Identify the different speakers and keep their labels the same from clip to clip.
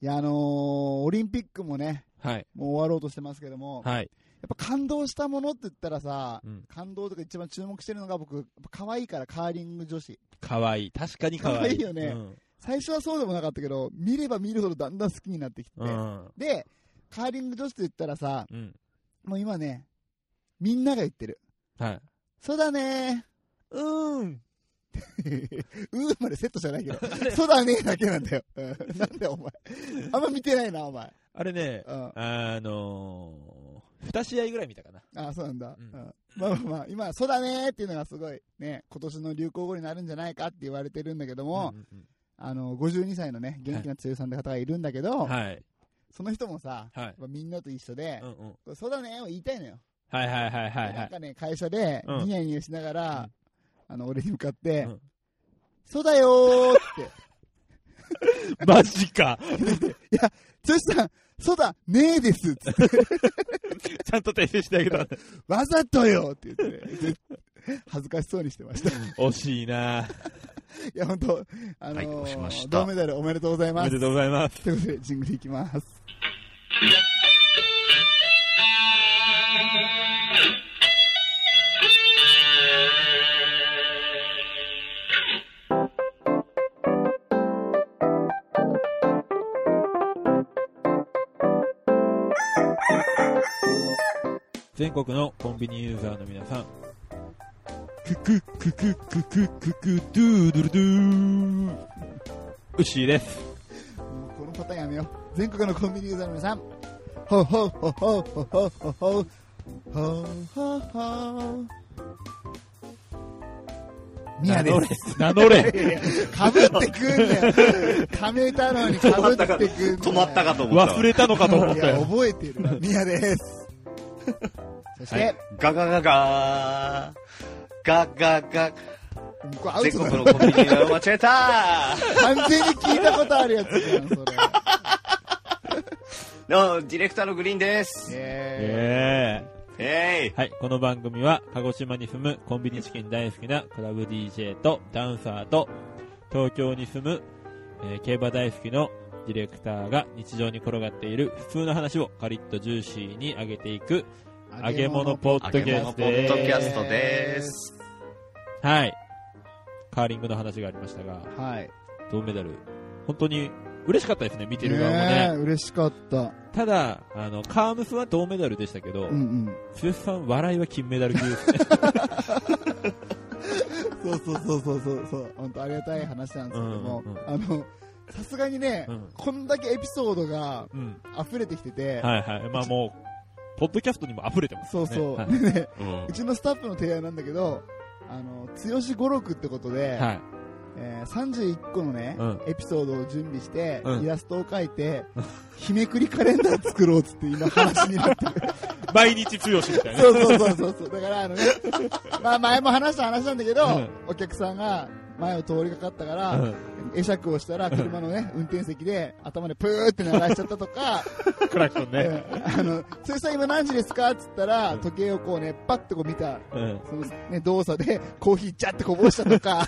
Speaker 1: いや、あのーオリンピックもね、
Speaker 2: はい。
Speaker 1: もう終わろうとしてますけども、
Speaker 2: は
Speaker 1: やっ
Speaker 2: い。
Speaker 1: ぱ感動したものって言ったらさ、
Speaker 2: うん
Speaker 1: 感動とか一番注目してるのが僕、やっぱ可愛いからカーリング女子。
Speaker 2: かわいい。確かにかわいい。
Speaker 1: 可愛いよね最初はそうでもなかったけど、見れば見るほどだんだん好きになってきて。
Speaker 2: うん。うん。
Speaker 1: で、カーリング女子って言ったらさ、
Speaker 2: うん。
Speaker 1: もう今ね、みんなが言ってる。
Speaker 2: はい。
Speaker 1: そうだね
Speaker 2: うん。
Speaker 1: ー。うーまでセットじゃないけ ど、そうだねーだけなんだよ。うんなんだよ、お前。あんま見てないな、お前。
Speaker 2: あれね、
Speaker 1: うん
Speaker 2: あのー、2試合ぐらい見たかな。
Speaker 1: あ、そうなんだ。
Speaker 2: う
Speaker 1: うんんまあまあまあ、今、そうだねーっていうのがすごい、ね、今年の流行語になるんじゃないかって言われてるんだけども、
Speaker 2: うんうん
Speaker 1: あの、52歳のね、元気な強さんって方がいるんだけど、
Speaker 2: うんはい。
Speaker 1: その人もさ、
Speaker 2: はい。
Speaker 1: まあみんなと一緒で
Speaker 2: うん、うん。
Speaker 1: そうだねーを言いたいのよ。
Speaker 2: はいはいはいは
Speaker 1: なん
Speaker 2: いは い。
Speaker 1: かね、会社で
Speaker 2: うん、
Speaker 1: ニヤニヤしながら、あの、俺に向かって、
Speaker 2: うん
Speaker 1: そうだよーって、
Speaker 2: マジか
Speaker 1: 剛さん、そうだねーですっつって、
Speaker 2: ちゃんと訂正してあげた。
Speaker 1: わざとよって言ってね、 ず恥ずかしそうにしてました。い
Speaker 2: 惜しいな
Speaker 1: や、本当あの
Speaker 2: はい
Speaker 1: ー
Speaker 2: 押しました
Speaker 1: 銅メダルおめでとうござい
Speaker 2: お
Speaker 1: ま
Speaker 2: め
Speaker 1: す。
Speaker 2: でとうございます。
Speaker 1: ということで、ジングルいきます。
Speaker 2: 全国のコンビニユーザーの皆さん。ククククククククドゥードゥルドゥー。ウッシーです。
Speaker 1: もうこのパターンやめよう。全国のコンビニユーザーの皆さん、ほうほうほうほうほうほうほうほうほうほうほう。ミヤです。
Speaker 2: 名乗れ。名乗れ。
Speaker 1: かぶってくんねん。かめたのにかぶってくんねん。
Speaker 3: 止まったかと思った わ。
Speaker 2: 忘れたのかと思っ
Speaker 1: い
Speaker 2: た
Speaker 1: や、
Speaker 2: よ。
Speaker 1: 覚えてるわ。ミヤです。そして、
Speaker 3: はいガガガガー。ガガガ。
Speaker 1: うんこれアウ
Speaker 3: 全
Speaker 1: ト
Speaker 3: 国
Speaker 1: だよ
Speaker 3: のコンビニが間違えた
Speaker 1: 完全に聞いたことあるやつじゃん、それ。
Speaker 3: どうもディレクターのグリーンです。
Speaker 1: え
Speaker 2: え
Speaker 3: えい
Speaker 2: え。。はい、この番組は鹿児島に住むコンビニチキン大好きなクラブ DJ とダンサーと東京に住む、えー競馬大好きのディレクターが日常に転がっている普通の話をカリッとジューシーに上げていく
Speaker 1: ー
Speaker 2: 揚げ物ポッ
Speaker 3: 揚
Speaker 2: ド
Speaker 3: げ
Speaker 2: キャ
Speaker 3: 物
Speaker 2: スト
Speaker 3: ポッドキ
Speaker 2: で
Speaker 3: ャストです。
Speaker 2: す。はい。カーリングの話がありましたが、
Speaker 1: はい。
Speaker 2: 銅メダル、本当に嬉しかったですね、見てる側も
Speaker 1: ねえ、
Speaker 2: ね。
Speaker 1: 嬉しかった。
Speaker 2: ただ、あの、カームスは銅メダルでしたけど
Speaker 1: うんう、ん。
Speaker 2: 剛さん笑いは金メダル級 ですね。
Speaker 1: そうそうそうそうそうそう、本当ありがたい話なんですけども、
Speaker 2: うんうんうん
Speaker 1: あの、さすがにね、
Speaker 2: うん
Speaker 1: こんだけエピソードが
Speaker 2: うん。
Speaker 1: 溢れてきてて、
Speaker 2: はいはい。まあもう、ポッドキャストにも溢れてます
Speaker 1: そう
Speaker 2: ね。
Speaker 1: そう、
Speaker 2: はい。
Speaker 1: でね
Speaker 3: うん
Speaker 1: うちのスタッフの提案なんだけど、あの、剛五六ってことで、
Speaker 2: はい
Speaker 1: えー31個のね、
Speaker 2: うん
Speaker 1: エピソードを準備して、
Speaker 2: うん
Speaker 1: イラストを描い て、日めくりカレンダー作ろうっつって今話になってる。
Speaker 2: 毎日強しみたいな。
Speaker 1: そうそうそうそうそう。だからあの ね、まあ前も話した話なんだけど、
Speaker 2: うん
Speaker 1: お客さんが前を通りかかったから、
Speaker 2: うん
Speaker 1: 会釈をしたら車のね、運転席で頭でプーって鳴らしちゃったとか、
Speaker 2: クラクション
Speaker 1: う
Speaker 2: ね。
Speaker 1: んあの、それさん今何時ですかっつったら、時計をこうね、パッとこう見た、
Speaker 2: うん。
Speaker 1: そのね、動作でコーヒージャってこぼしたと か、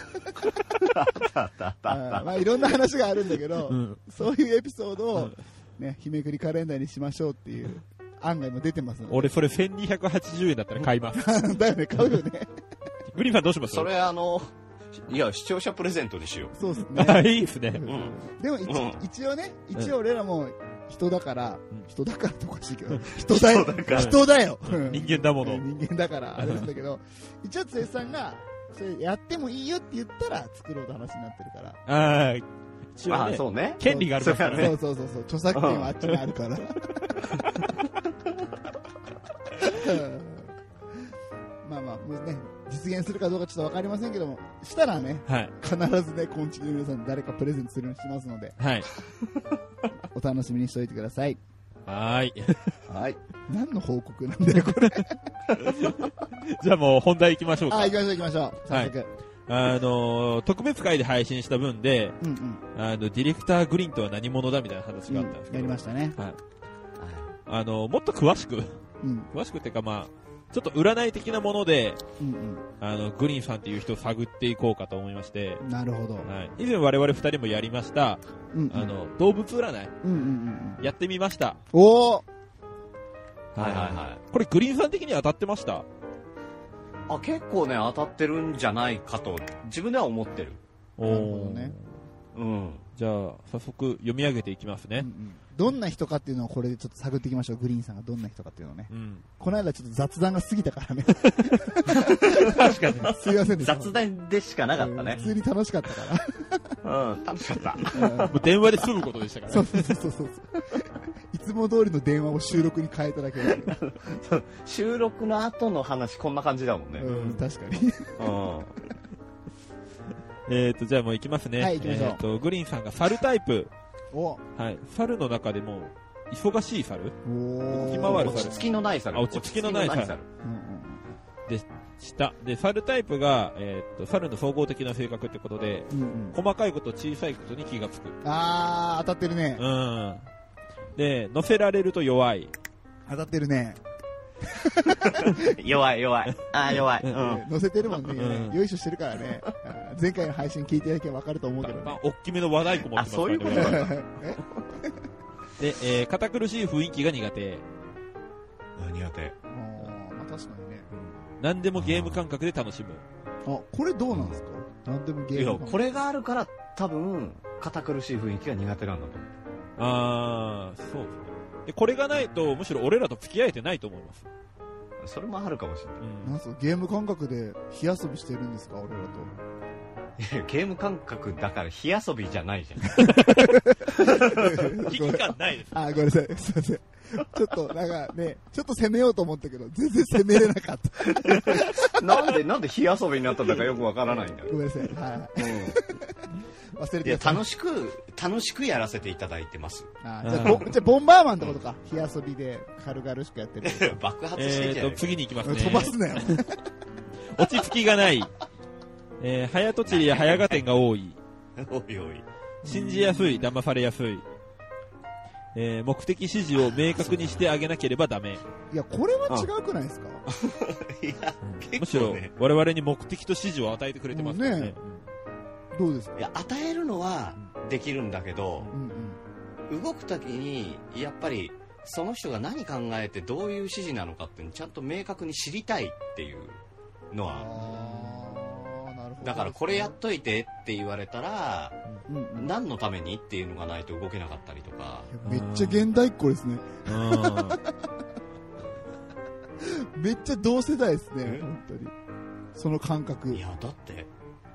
Speaker 3: だだ
Speaker 1: うん
Speaker 3: だ
Speaker 1: まあいろんな話があるんだけど
Speaker 2: う、ん。
Speaker 1: そういうエピソードをね、日めくりカレンダーにしましょうっていう案外も出てますの
Speaker 2: 俺それ1280円だったら買います。
Speaker 1: で。 だよね、買うよね。
Speaker 2: グリファンどうします
Speaker 3: それあの、いや、視聴者プレゼントにしよ
Speaker 1: そうっす
Speaker 2: あ、
Speaker 1: ね。
Speaker 2: いいですね。
Speaker 3: ん
Speaker 1: でも一
Speaker 3: うん
Speaker 1: 一応ね、一応俺らも人だから
Speaker 2: うん、
Speaker 1: 人だからっておかしいけど、人だよ。
Speaker 2: から
Speaker 1: 人だよ。うん
Speaker 2: 人間だもの。
Speaker 1: 人間だからあれなんだけど、一応つさんが、それやってもいいよって言ったら作ろうって話になってるから。
Speaker 2: ああ、一
Speaker 3: う。
Speaker 2: 応
Speaker 3: あ
Speaker 2: ね、
Speaker 3: そうね。
Speaker 2: 権利がありますからね。
Speaker 1: そうそうそうそう、著作権はあっちにある から。まあまあ、もうね、実現するかどうかちょっとわかりませんけども、したらね、
Speaker 2: はい。
Speaker 1: 必ずね、昆虫の皆さんに誰かプレゼントするようにしますので、
Speaker 2: はい。
Speaker 1: お楽しみにしておいてください。
Speaker 2: はーい。
Speaker 3: はい。
Speaker 1: 何の報告なんだよ、これ。
Speaker 2: じゃあもう本題行きましょう
Speaker 1: あ、
Speaker 2: か
Speaker 1: 行。きましょう行きましょう。早速。
Speaker 2: あのー、特別会で配信した分で、
Speaker 1: うんうん。
Speaker 2: あの、ディレクターグリーンとは何者だみたいな話があったんです
Speaker 1: うん
Speaker 2: け
Speaker 1: やり
Speaker 2: ど
Speaker 1: ま、したね。
Speaker 2: はい。あのー、もっと詳しく、
Speaker 1: うん。
Speaker 2: 詳しくっていうかまあ、ちょっと占い的なもので、
Speaker 1: うん
Speaker 2: あの、グリーンさんっていう人を探っていこうかと思いまして、
Speaker 1: うん。なるほど。
Speaker 2: はい、以前我々二人もやりました、
Speaker 1: うんうん。
Speaker 2: あの、動物占い、
Speaker 1: うんうんうんうん。
Speaker 2: やってみました。
Speaker 1: おー
Speaker 3: はいはいはい。
Speaker 2: これグリーンさん的には当たってました
Speaker 3: あ、結構ね、当たってるんじゃないかと、自分では思ってる。
Speaker 2: お
Speaker 1: なるほどね
Speaker 3: うん。
Speaker 2: じゃあ、早速読み上げていきます
Speaker 1: うんう
Speaker 2: ね。
Speaker 1: んどんな人かっていうのをこれでちょっと探っていきましょう。グリーンさんがどんな人かっていうのをね。
Speaker 2: うん。
Speaker 1: この間ちょっと雑談が過ぎたからね。
Speaker 3: 確か に。
Speaker 1: すいませんでした。
Speaker 3: 雑談でしかなかったね
Speaker 1: 普。通に楽しかったか
Speaker 3: うん、楽しかった。
Speaker 1: ら。
Speaker 2: もう電話で済むことでしたから
Speaker 1: そ
Speaker 2: ね
Speaker 1: う。そうそうそうそう。いつも通りの電話を収録に変えただけだけど。
Speaker 3: 収録の後の話、こんな感じだもんね。
Speaker 1: うん、確かに。
Speaker 3: うん。
Speaker 2: えっと、じゃあもう行きますね。
Speaker 1: はい行きましょう
Speaker 2: えっと、グリーンさんが猿タイプ。
Speaker 1: お
Speaker 2: はい。猿の中でも、忙しい猿
Speaker 1: お
Speaker 2: ひまわり
Speaker 3: 落ち着きのない猿。
Speaker 2: あ落ち着きのない猿
Speaker 3: 落ち着き
Speaker 1: うんうん
Speaker 2: した。で、猿タイプが、えーっと、猿の総合的な性格ってことで、
Speaker 1: うんうん
Speaker 2: 細かいこと小さいことに気がつく。
Speaker 1: あー、当たってるね。
Speaker 2: うん。で、乗せられると弱い。
Speaker 1: 当たってるね。
Speaker 3: 猿弱い弱い。あ ー弱い。うん。
Speaker 1: 乗せてるもんね。
Speaker 2: うん
Speaker 1: よいしょしてるからね。あー前回の配信聞いていただけば分かると思うけど
Speaker 2: まあ
Speaker 1: ね。、
Speaker 2: おっきめの和太鼓持ってますからね
Speaker 3: あそういうことなんだ
Speaker 1: え
Speaker 2: で、えー堅苦しい雰囲気が苦手。
Speaker 3: 苦手。
Speaker 1: あーまあ確かにね。
Speaker 2: 何でもゲーム感覚で楽しむ。
Speaker 1: あ、これどうなんですかなんでもゲ
Speaker 3: いや、
Speaker 1: ーム。
Speaker 3: これがあるから、多分、堅苦しい雰囲気が苦手なんだと思う。
Speaker 2: あー、そうですね。で、これがないと、むしろ俺らと付き合えてないと思います。
Speaker 3: それもあるかもしれ
Speaker 2: うん
Speaker 1: なんすかゲーム感覚で火遊びしてるんですか俺らと。
Speaker 3: ないい や。ゲーム感覚だから、火遊びじゃないじゃん。
Speaker 2: 危機感ない です。
Speaker 1: あ、ごめんなさい。 すいません。ちょっと、なんかね、ちょっと攻めようと思ったけど、全然攻めれなか った。
Speaker 3: なんで、なんで火遊びになったんだかよくわからないんだよ。
Speaker 1: ごめんなさい。は
Speaker 3: うん
Speaker 1: い。忘れ
Speaker 3: い
Speaker 1: て
Speaker 3: や、
Speaker 1: ください。
Speaker 3: 楽しく、楽しくやらせていただいてます。
Speaker 1: あーじゃあ、ボじゃあボンバーマンってことか。火遊びで軽々しくやってる。
Speaker 3: 爆発して
Speaker 2: え
Speaker 3: んじゃ
Speaker 2: ー
Speaker 3: ない
Speaker 2: と、次に行きますね。
Speaker 1: 飛ばすなよ。
Speaker 2: 落ち着きがない。えー、早とちりや早合点が多い。
Speaker 3: おいおい。
Speaker 2: 信じやすい、騙されやすい。えー、目的指示を明確にしてあげなければダメ。
Speaker 1: いや、これは違うくないですか
Speaker 3: いや、
Speaker 2: むし
Speaker 3: 結構
Speaker 2: ろ
Speaker 3: ね。、
Speaker 2: 我々に目的と指示を与えてくれてますから
Speaker 1: もう
Speaker 2: ね
Speaker 1: ね。 どうですか
Speaker 3: いや、与えるのはできるんだけど、
Speaker 1: うんうん。
Speaker 3: 動くときに、やっぱり、その人が何考えてどういう指示なのかっていうのをちゃんと明確に知りたいっていうの
Speaker 1: あ
Speaker 3: は、
Speaker 1: ーなるほど。
Speaker 3: だからこれやっといてって言われたら、
Speaker 1: うんうん。い
Speaker 3: 何のためにっていうのがないと動けなかったりとか、
Speaker 1: やめっちゃ現代っ子ですね。
Speaker 2: うん。うん
Speaker 1: めっちゃ同世代ですね
Speaker 3: え、
Speaker 1: 本当に。その感覚。うん
Speaker 3: いや、だって、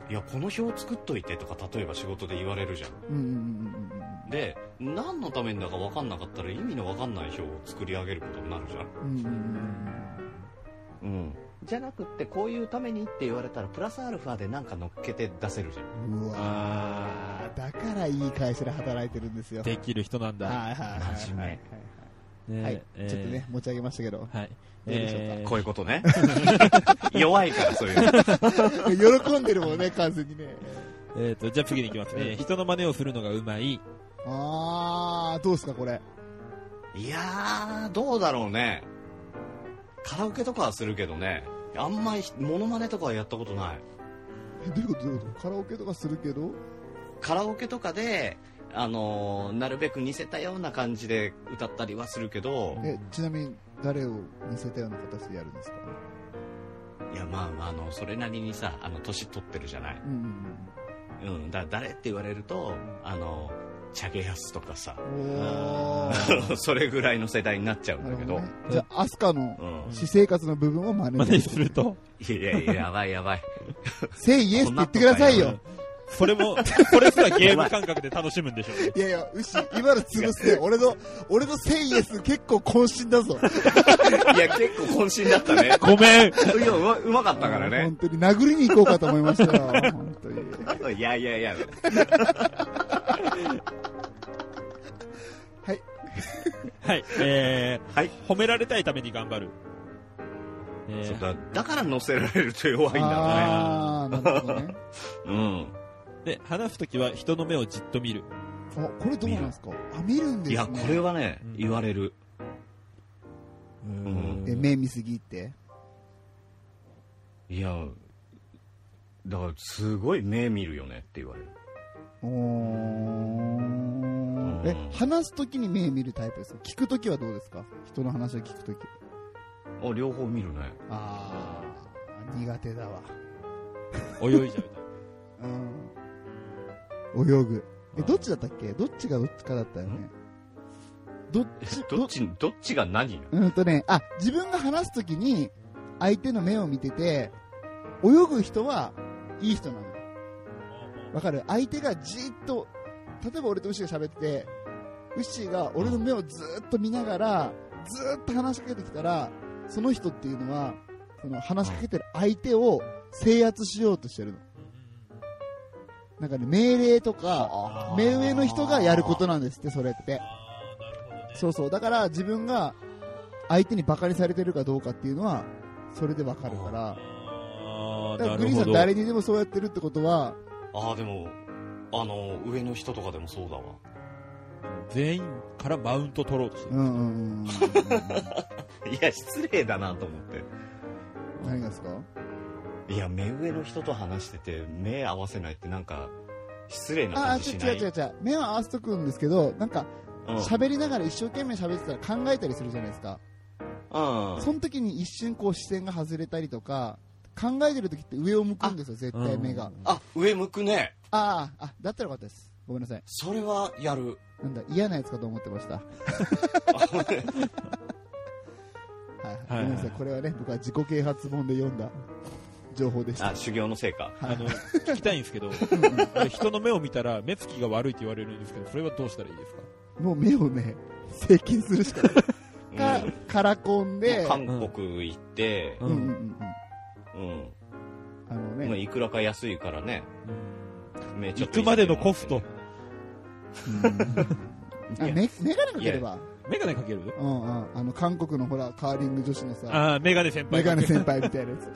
Speaker 3: いや、この表作っといてとか、例えば仕事で言われるじゃん。
Speaker 1: うんうんうん
Speaker 3: で、何のためにだか分かんなかったら意味の分かんない表を作り上げることになるじゃん。
Speaker 1: うん。うんうんうん
Speaker 3: うん。じゃなくって、こういうためにって言われたら、プラスアルファでなんか乗っけて出せるじゃん。
Speaker 1: うん。うわーだからいい会社で働いてるんですよ。
Speaker 2: できる人なんだ。
Speaker 1: はいはいはい。
Speaker 3: 真面目
Speaker 1: はい
Speaker 2: ね
Speaker 1: はい
Speaker 2: えー
Speaker 1: ちょっとね、持ち上げましたけど。
Speaker 2: はい。
Speaker 1: どうでしょうか
Speaker 2: えー
Speaker 3: こういうこと ね。弱いから、そういうの。
Speaker 1: 喜んでるもんね、完全にね。
Speaker 2: えーと、じゃあ次に行きますね。人の真似をするのがうまい。
Speaker 1: あー、どうですか、これ。
Speaker 3: いやー、どうだろうね。カラオケとかはするけどね。あんまり、モノマネとかはやったことない。
Speaker 1: えどういうことどういうことカラオケとかするけど
Speaker 3: カラオケとかで、あのーなるべく似せたような感じで歌ったりはするけど、
Speaker 1: え、ちなみに誰を似せたような形でやるんですか
Speaker 3: いや、まあまあ、あの、それなりにさ、あの、年取ってるじゃない。
Speaker 1: うんうん
Speaker 3: うん、だ、誰って言われると、あの、チャゲヤスとかさ、
Speaker 1: うん。おー。
Speaker 3: それぐらいの世代になっちゃうん
Speaker 1: な
Speaker 3: だ
Speaker 1: る
Speaker 3: け
Speaker 1: ほ
Speaker 3: ど、
Speaker 1: どね。じゃあ、アスカの
Speaker 3: うん。
Speaker 1: 私生活の部分を真
Speaker 2: 真
Speaker 1: 似
Speaker 2: 似
Speaker 1: す
Speaker 2: す
Speaker 1: る。
Speaker 2: ると。
Speaker 3: いやいや、やばいやばい。
Speaker 1: せいイエスって言ってください
Speaker 2: うん
Speaker 1: よ。
Speaker 2: それも、これすらゲーム感覚で楽しむんでしょう ね。
Speaker 1: いやいや、牛、今の潰すね。俺の、俺のせいイエス結構渾身だぞ。
Speaker 3: いや、結構渾身だったね。
Speaker 2: ごめん
Speaker 3: いや、うまうまかったからね
Speaker 1: 本。当に殴りに行こうかと思いましたよ。本当に。
Speaker 3: いやいやいや。
Speaker 1: はい。
Speaker 2: はい、え
Speaker 3: はい。
Speaker 2: ー、褒められたいために頑張る。え
Speaker 3: そう
Speaker 2: ー、
Speaker 3: だだから乗せられると弱いんだ
Speaker 1: あー、なるほどね。
Speaker 3: ろうね。
Speaker 2: で、話すときは人の目をじっと見る。
Speaker 1: あ、これどうなんですかあ、見るん
Speaker 3: うん。
Speaker 1: ですね。
Speaker 3: いや、これはね
Speaker 2: うん、
Speaker 3: 言われる。
Speaker 2: うん
Speaker 1: え、目見すぎって。
Speaker 3: いやだからすごい目見るよねって言われる
Speaker 1: おーえ
Speaker 3: うん
Speaker 1: 話すときに目見るタイプですか聞くときはどうですか人の話を聞くとき
Speaker 3: あ両方見るね
Speaker 1: ああ苦手だわ
Speaker 2: 泳いじゃうタイ
Speaker 1: うん泳ぐえ
Speaker 3: うん
Speaker 1: どっちだったっけどっちがどっちかだったよねどっち
Speaker 3: どっちどっちが何よ
Speaker 1: うんとねあ自分が話すときに相手の目を見てて泳ぐ人はいい人なの
Speaker 2: プ
Speaker 1: わかる相手がじーっと例えば俺とウッシーが喋っててウッシーが俺の目をずーっと見ながらずーっと話しかけてきたらその人っていうのはその話しかけてる相手を制圧しようとしてるのなんかね命令とか目上の人がやることなんですってそれって
Speaker 2: あーなるほどね
Speaker 1: そうそうだから自分が相手にバカにされてるかどうかっていうのはそれでわかるから
Speaker 2: あー
Speaker 1: だか
Speaker 2: な
Speaker 1: らグ
Speaker 2: る
Speaker 1: リーン
Speaker 2: ほ
Speaker 1: さん
Speaker 2: ど
Speaker 1: 誰にでもそうやってるってことは
Speaker 3: ああでもあの上の人とかでもそうだわ
Speaker 2: 全員からマウント取ろうとし
Speaker 1: う
Speaker 2: てる、
Speaker 1: んうん うんうん
Speaker 3: いや失礼だなと思って
Speaker 1: 何がですか
Speaker 3: いや目上の人と話してて目合わせないってなんか失礼な
Speaker 1: ああ
Speaker 3: 感
Speaker 1: ち
Speaker 3: じ
Speaker 1: ょ
Speaker 3: し
Speaker 1: 違う違う
Speaker 3: ない
Speaker 1: 違う目は合わせとくんですけどなんか
Speaker 3: うん
Speaker 1: 喋りながら一生懸命喋ってたら考えたりするじゃないですか、
Speaker 3: うん
Speaker 1: その時に一瞬こう視線が外れたりとか考えてる時って上を向くんですよ絶対目が、
Speaker 2: うん
Speaker 3: あ上向くね
Speaker 1: あああだったらよかったですごめんなさい
Speaker 3: それはやる
Speaker 1: なんだ嫌なやつかと思ってましたはいはい、ごめ
Speaker 2: はい
Speaker 1: んなさいこれはね僕は自己啓発本で読んだ情報でした
Speaker 3: あ修行のせいか
Speaker 2: あの聞きたいんですけどあれ人の目を見たら目つきが悪いって言われるんですけどそれはどうしたらいいですか
Speaker 1: もう目をね接近するしかないか、
Speaker 3: うん
Speaker 1: カラコンで
Speaker 3: 韓国行って
Speaker 1: う、んうんうんうん
Speaker 3: うん
Speaker 1: あのね、
Speaker 3: まあ、いくらか安いからね目ちょ
Speaker 2: 行
Speaker 3: っと
Speaker 2: くまでのコス ト
Speaker 1: あめメガネかければ、
Speaker 2: メガネかける
Speaker 1: うんうん、あの韓国のほらカーリング女子のさ
Speaker 2: ああメガネ先
Speaker 1: メ
Speaker 2: 輩
Speaker 1: ガネ先輩みたいなやつ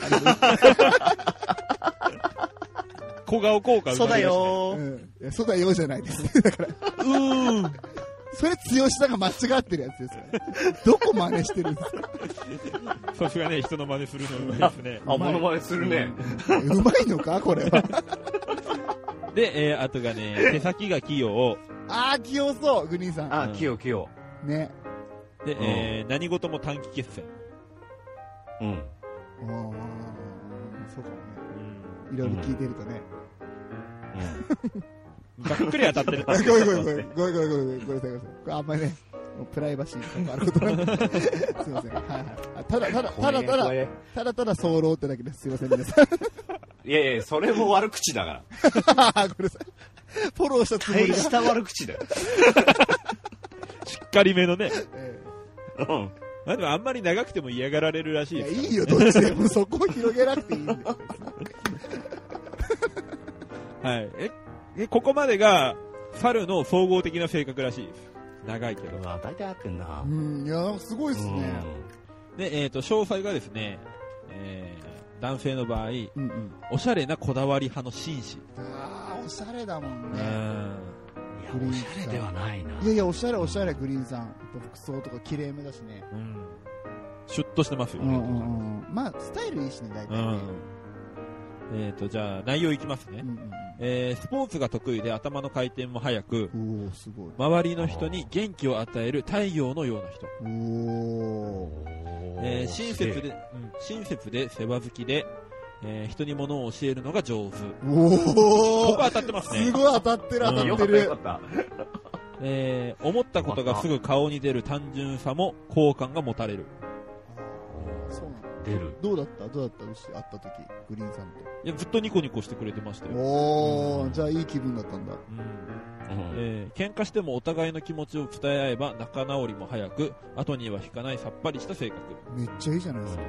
Speaker 1: あ
Speaker 2: 小顔効果
Speaker 3: そうだ
Speaker 1: れ、う
Speaker 3: よ
Speaker 1: んいや、そうだよじゃないです だから
Speaker 2: うーん
Speaker 1: それ強しさんが間違ってるやつですよどこ真似してるんですか
Speaker 2: さすがね人の真似するのうまいですね
Speaker 3: ーあモノマネするね、
Speaker 1: うまいのかこれは
Speaker 2: で、えーあとがね手先が器用
Speaker 1: ああ器用そうグリーンさん
Speaker 3: あ器用器用
Speaker 1: ね
Speaker 2: で、えー何事も短期決戦
Speaker 3: うん
Speaker 1: あーそうかもねいろいろ聞いてるとね、
Speaker 2: ざっくり当たって る
Speaker 1: ごめんごめんごめんごめんごめんごめんごめんごめんごめんごめんこれあんまりねもうプライバシーがあることなんですいませんはいはいあただただただただ
Speaker 3: だ
Speaker 1: ただただ早漏ってだけです。すいません、皆さん。
Speaker 3: いやいやそれも悪口だから
Speaker 1: ごめんなさい。フォローしたつもり
Speaker 3: 大
Speaker 1: が。
Speaker 3: した悪 口だよ、
Speaker 2: しっかりめのね
Speaker 1: え
Speaker 3: うん
Speaker 2: まあでもあんまり長くても嫌がられるら
Speaker 1: え
Speaker 2: し
Speaker 1: い
Speaker 2: い
Speaker 1: や、
Speaker 2: で
Speaker 1: い
Speaker 2: す
Speaker 1: いよ、どっちでも。そこを広げなくていいんだよ。
Speaker 2: はいええここまでが猿の総合的な性格らしいです長いけど
Speaker 3: うわ大体合ってんな
Speaker 1: うん、いや、なんかすごいっすね。
Speaker 2: で、えー、と詳細がですね、えー男性の場合
Speaker 1: うんうん。
Speaker 2: おしゃれなこだわり派の紳士、
Speaker 1: あー、おしゃれだもん
Speaker 2: う
Speaker 1: ね。
Speaker 2: ん
Speaker 3: いやおしゃれではないない
Speaker 1: やいや、おしゃれおしゃれ、グリーンさん。やっぱ服装とか綺麗めだしね。
Speaker 2: うんシュッとしてますよ
Speaker 1: うん
Speaker 2: ね、
Speaker 1: うんうん。まあ、スタイルいいしね、大体
Speaker 2: う
Speaker 1: ね。
Speaker 2: んえー、とじゃあ内容いきますね、
Speaker 1: うん
Speaker 2: えースポーツが得意で頭の回転も速く
Speaker 1: うん。おー、すごい。
Speaker 2: 周りの人に元気を与える太陽のような人、
Speaker 1: おー。
Speaker 2: えー親切で、うん親切で世話好きで、えー人に物を教えるのが上手こ
Speaker 1: お
Speaker 2: こ
Speaker 1: ー。
Speaker 2: 当たってますね
Speaker 1: すごい当たってる、
Speaker 2: うん
Speaker 1: 当
Speaker 3: よ
Speaker 1: た
Speaker 3: か
Speaker 1: っ
Speaker 3: ってたよ
Speaker 1: る
Speaker 3: か。った
Speaker 2: えー思ったことがすぐ顔に出る単純さも好感が持たれる
Speaker 1: そうなんだ。
Speaker 3: 出る
Speaker 1: どうだったどうだった牛会った時、グリーンさんと。
Speaker 2: いやずっとニコニコしてくれてましたよ、
Speaker 1: おー、じゃあいい気分だったんだ。
Speaker 2: うん
Speaker 3: うん
Speaker 2: えー喧嘩してもお互いの気持ちを伝え合えば仲直りも早く後には引かないさっぱりした性格
Speaker 1: めっちゃいいじゃないですか。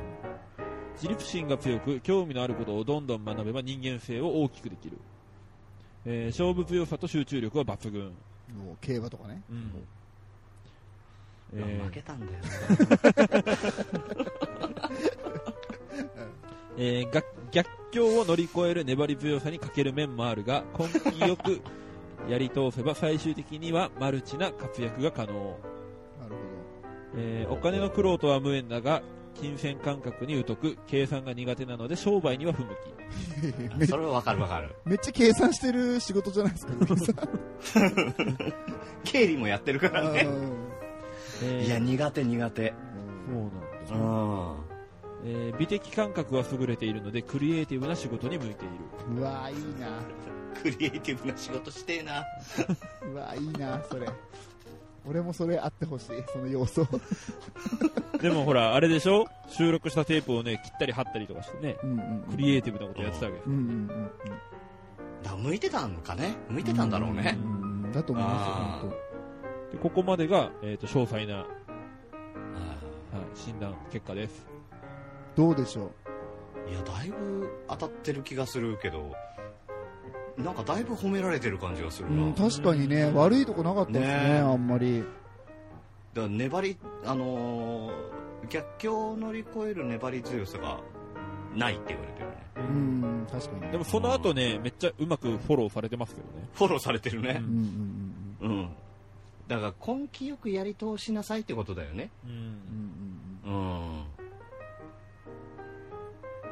Speaker 2: 自立心が強く興味のあることをどんどん学べば人間性を大きくできる、えー勝負強さと集中力は抜群、
Speaker 1: もう競馬とかね。
Speaker 2: うんえ
Speaker 3: いや
Speaker 2: ー
Speaker 3: 負けたんだよ
Speaker 2: えーが逆境を乗り越える粘り強さに欠ける面もあるが根気よ くやり通せば最終的にはマルチな活躍が可能、
Speaker 1: なるほ
Speaker 2: えーお金の苦労とは無縁だが金銭感覚に疎く、計算が苦手なので商売には不向き。
Speaker 1: め
Speaker 3: それはわかるわか る。
Speaker 1: めっちゃ計算してる仕事じゃないですか、小木さん
Speaker 3: 経理もやってるからね。
Speaker 2: えー
Speaker 3: いや、苦手苦手。
Speaker 2: そうなんです
Speaker 3: う
Speaker 2: ね、
Speaker 3: ん。
Speaker 2: えー美的感覚は優れているので、クリエイティブな仕事に向いている。
Speaker 1: うんうわーいいな。
Speaker 3: クリエイティブな仕事してえな。
Speaker 1: うわいいな、それ。俺もそれあってほしい、その要素。
Speaker 2: でもほら、あれでしょ収録したテープをね、切ったり貼ったりとかしてね、
Speaker 1: うんうん
Speaker 2: クリエイティブなことやってたわけです
Speaker 1: う
Speaker 2: よ。
Speaker 1: んうん
Speaker 3: だ向いてたのかね向
Speaker 1: 見
Speaker 3: いてたんだろうね。
Speaker 1: だと思いま
Speaker 3: あ
Speaker 1: す
Speaker 3: ー
Speaker 1: よ、
Speaker 2: でここまでが、えー、と詳細な、は
Speaker 3: あ
Speaker 2: い、診断結果です。
Speaker 1: 本当どうでしょ
Speaker 3: ーいや、だいぶ当たってる気がするけど、なんかだいぶ褒められてる感じがす
Speaker 1: う、
Speaker 3: る
Speaker 1: う
Speaker 3: な。
Speaker 1: ん、
Speaker 3: だか
Speaker 1: 確かにね、悪いとこなかったですね、
Speaker 3: ね
Speaker 1: あんまり。
Speaker 3: ら粘り、あのー逆境を乗り越える粘り強さがないって言われてるね。
Speaker 1: うん、確かに。
Speaker 2: でもその後ね、めっちゃうまくフォローされてますけどね。
Speaker 3: フォローされてるね
Speaker 1: うん。うん
Speaker 3: うん。だから根気よくやり通しなさいってことだよね。
Speaker 2: う
Speaker 1: うんうんうん
Speaker 2: ん。
Speaker 1: うん
Speaker 3: うん。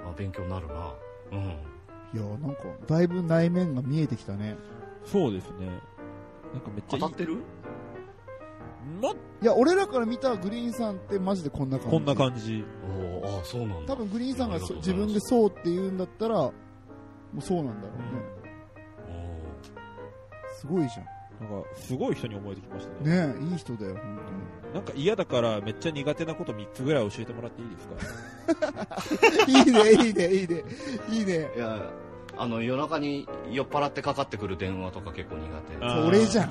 Speaker 3: まあ、勉強になるな。うん。
Speaker 1: いや、なんか、だいぶ内面が見えてきたね。そう
Speaker 2: そうですね。なんかめっちゃ
Speaker 3: 当
Speaker 2: いい
Speaker 3: たってる
Speaker 2: まあ
Speaker 1: いや、俺らから見たグリーンさんってマジでこんな感じ。
Speaker 2: こんな感じ。
Speaker 3: おーああ、そうなんだ
Speaker 1: 多。分グリーンさんがそ
Speaker 3: ありがと
Speaker 1: 自
Speaker 3: うございます
Speaker 1: 分でそうって言うんだったら、もうそうなんだろうね。
Speaker 3: お
Speaker 1: すごいじゃん。
Speaker 2: なんか、すごい人に思えてきましたね。
Speaker 1: ねえいい人だよ、本
Speaker 2: なんか嫌だからめっちゃ苦手なこと3つぐらい教えてもらっていいですか
Speaker 1: 当に。いいね、いいね、いいね、いいね。
Speaker 3: ーいや、あの、夜中に酔っ払ってかかってくる電話とか結構苦手。
Speaker 2: あー
Speaker 1: それじゃん。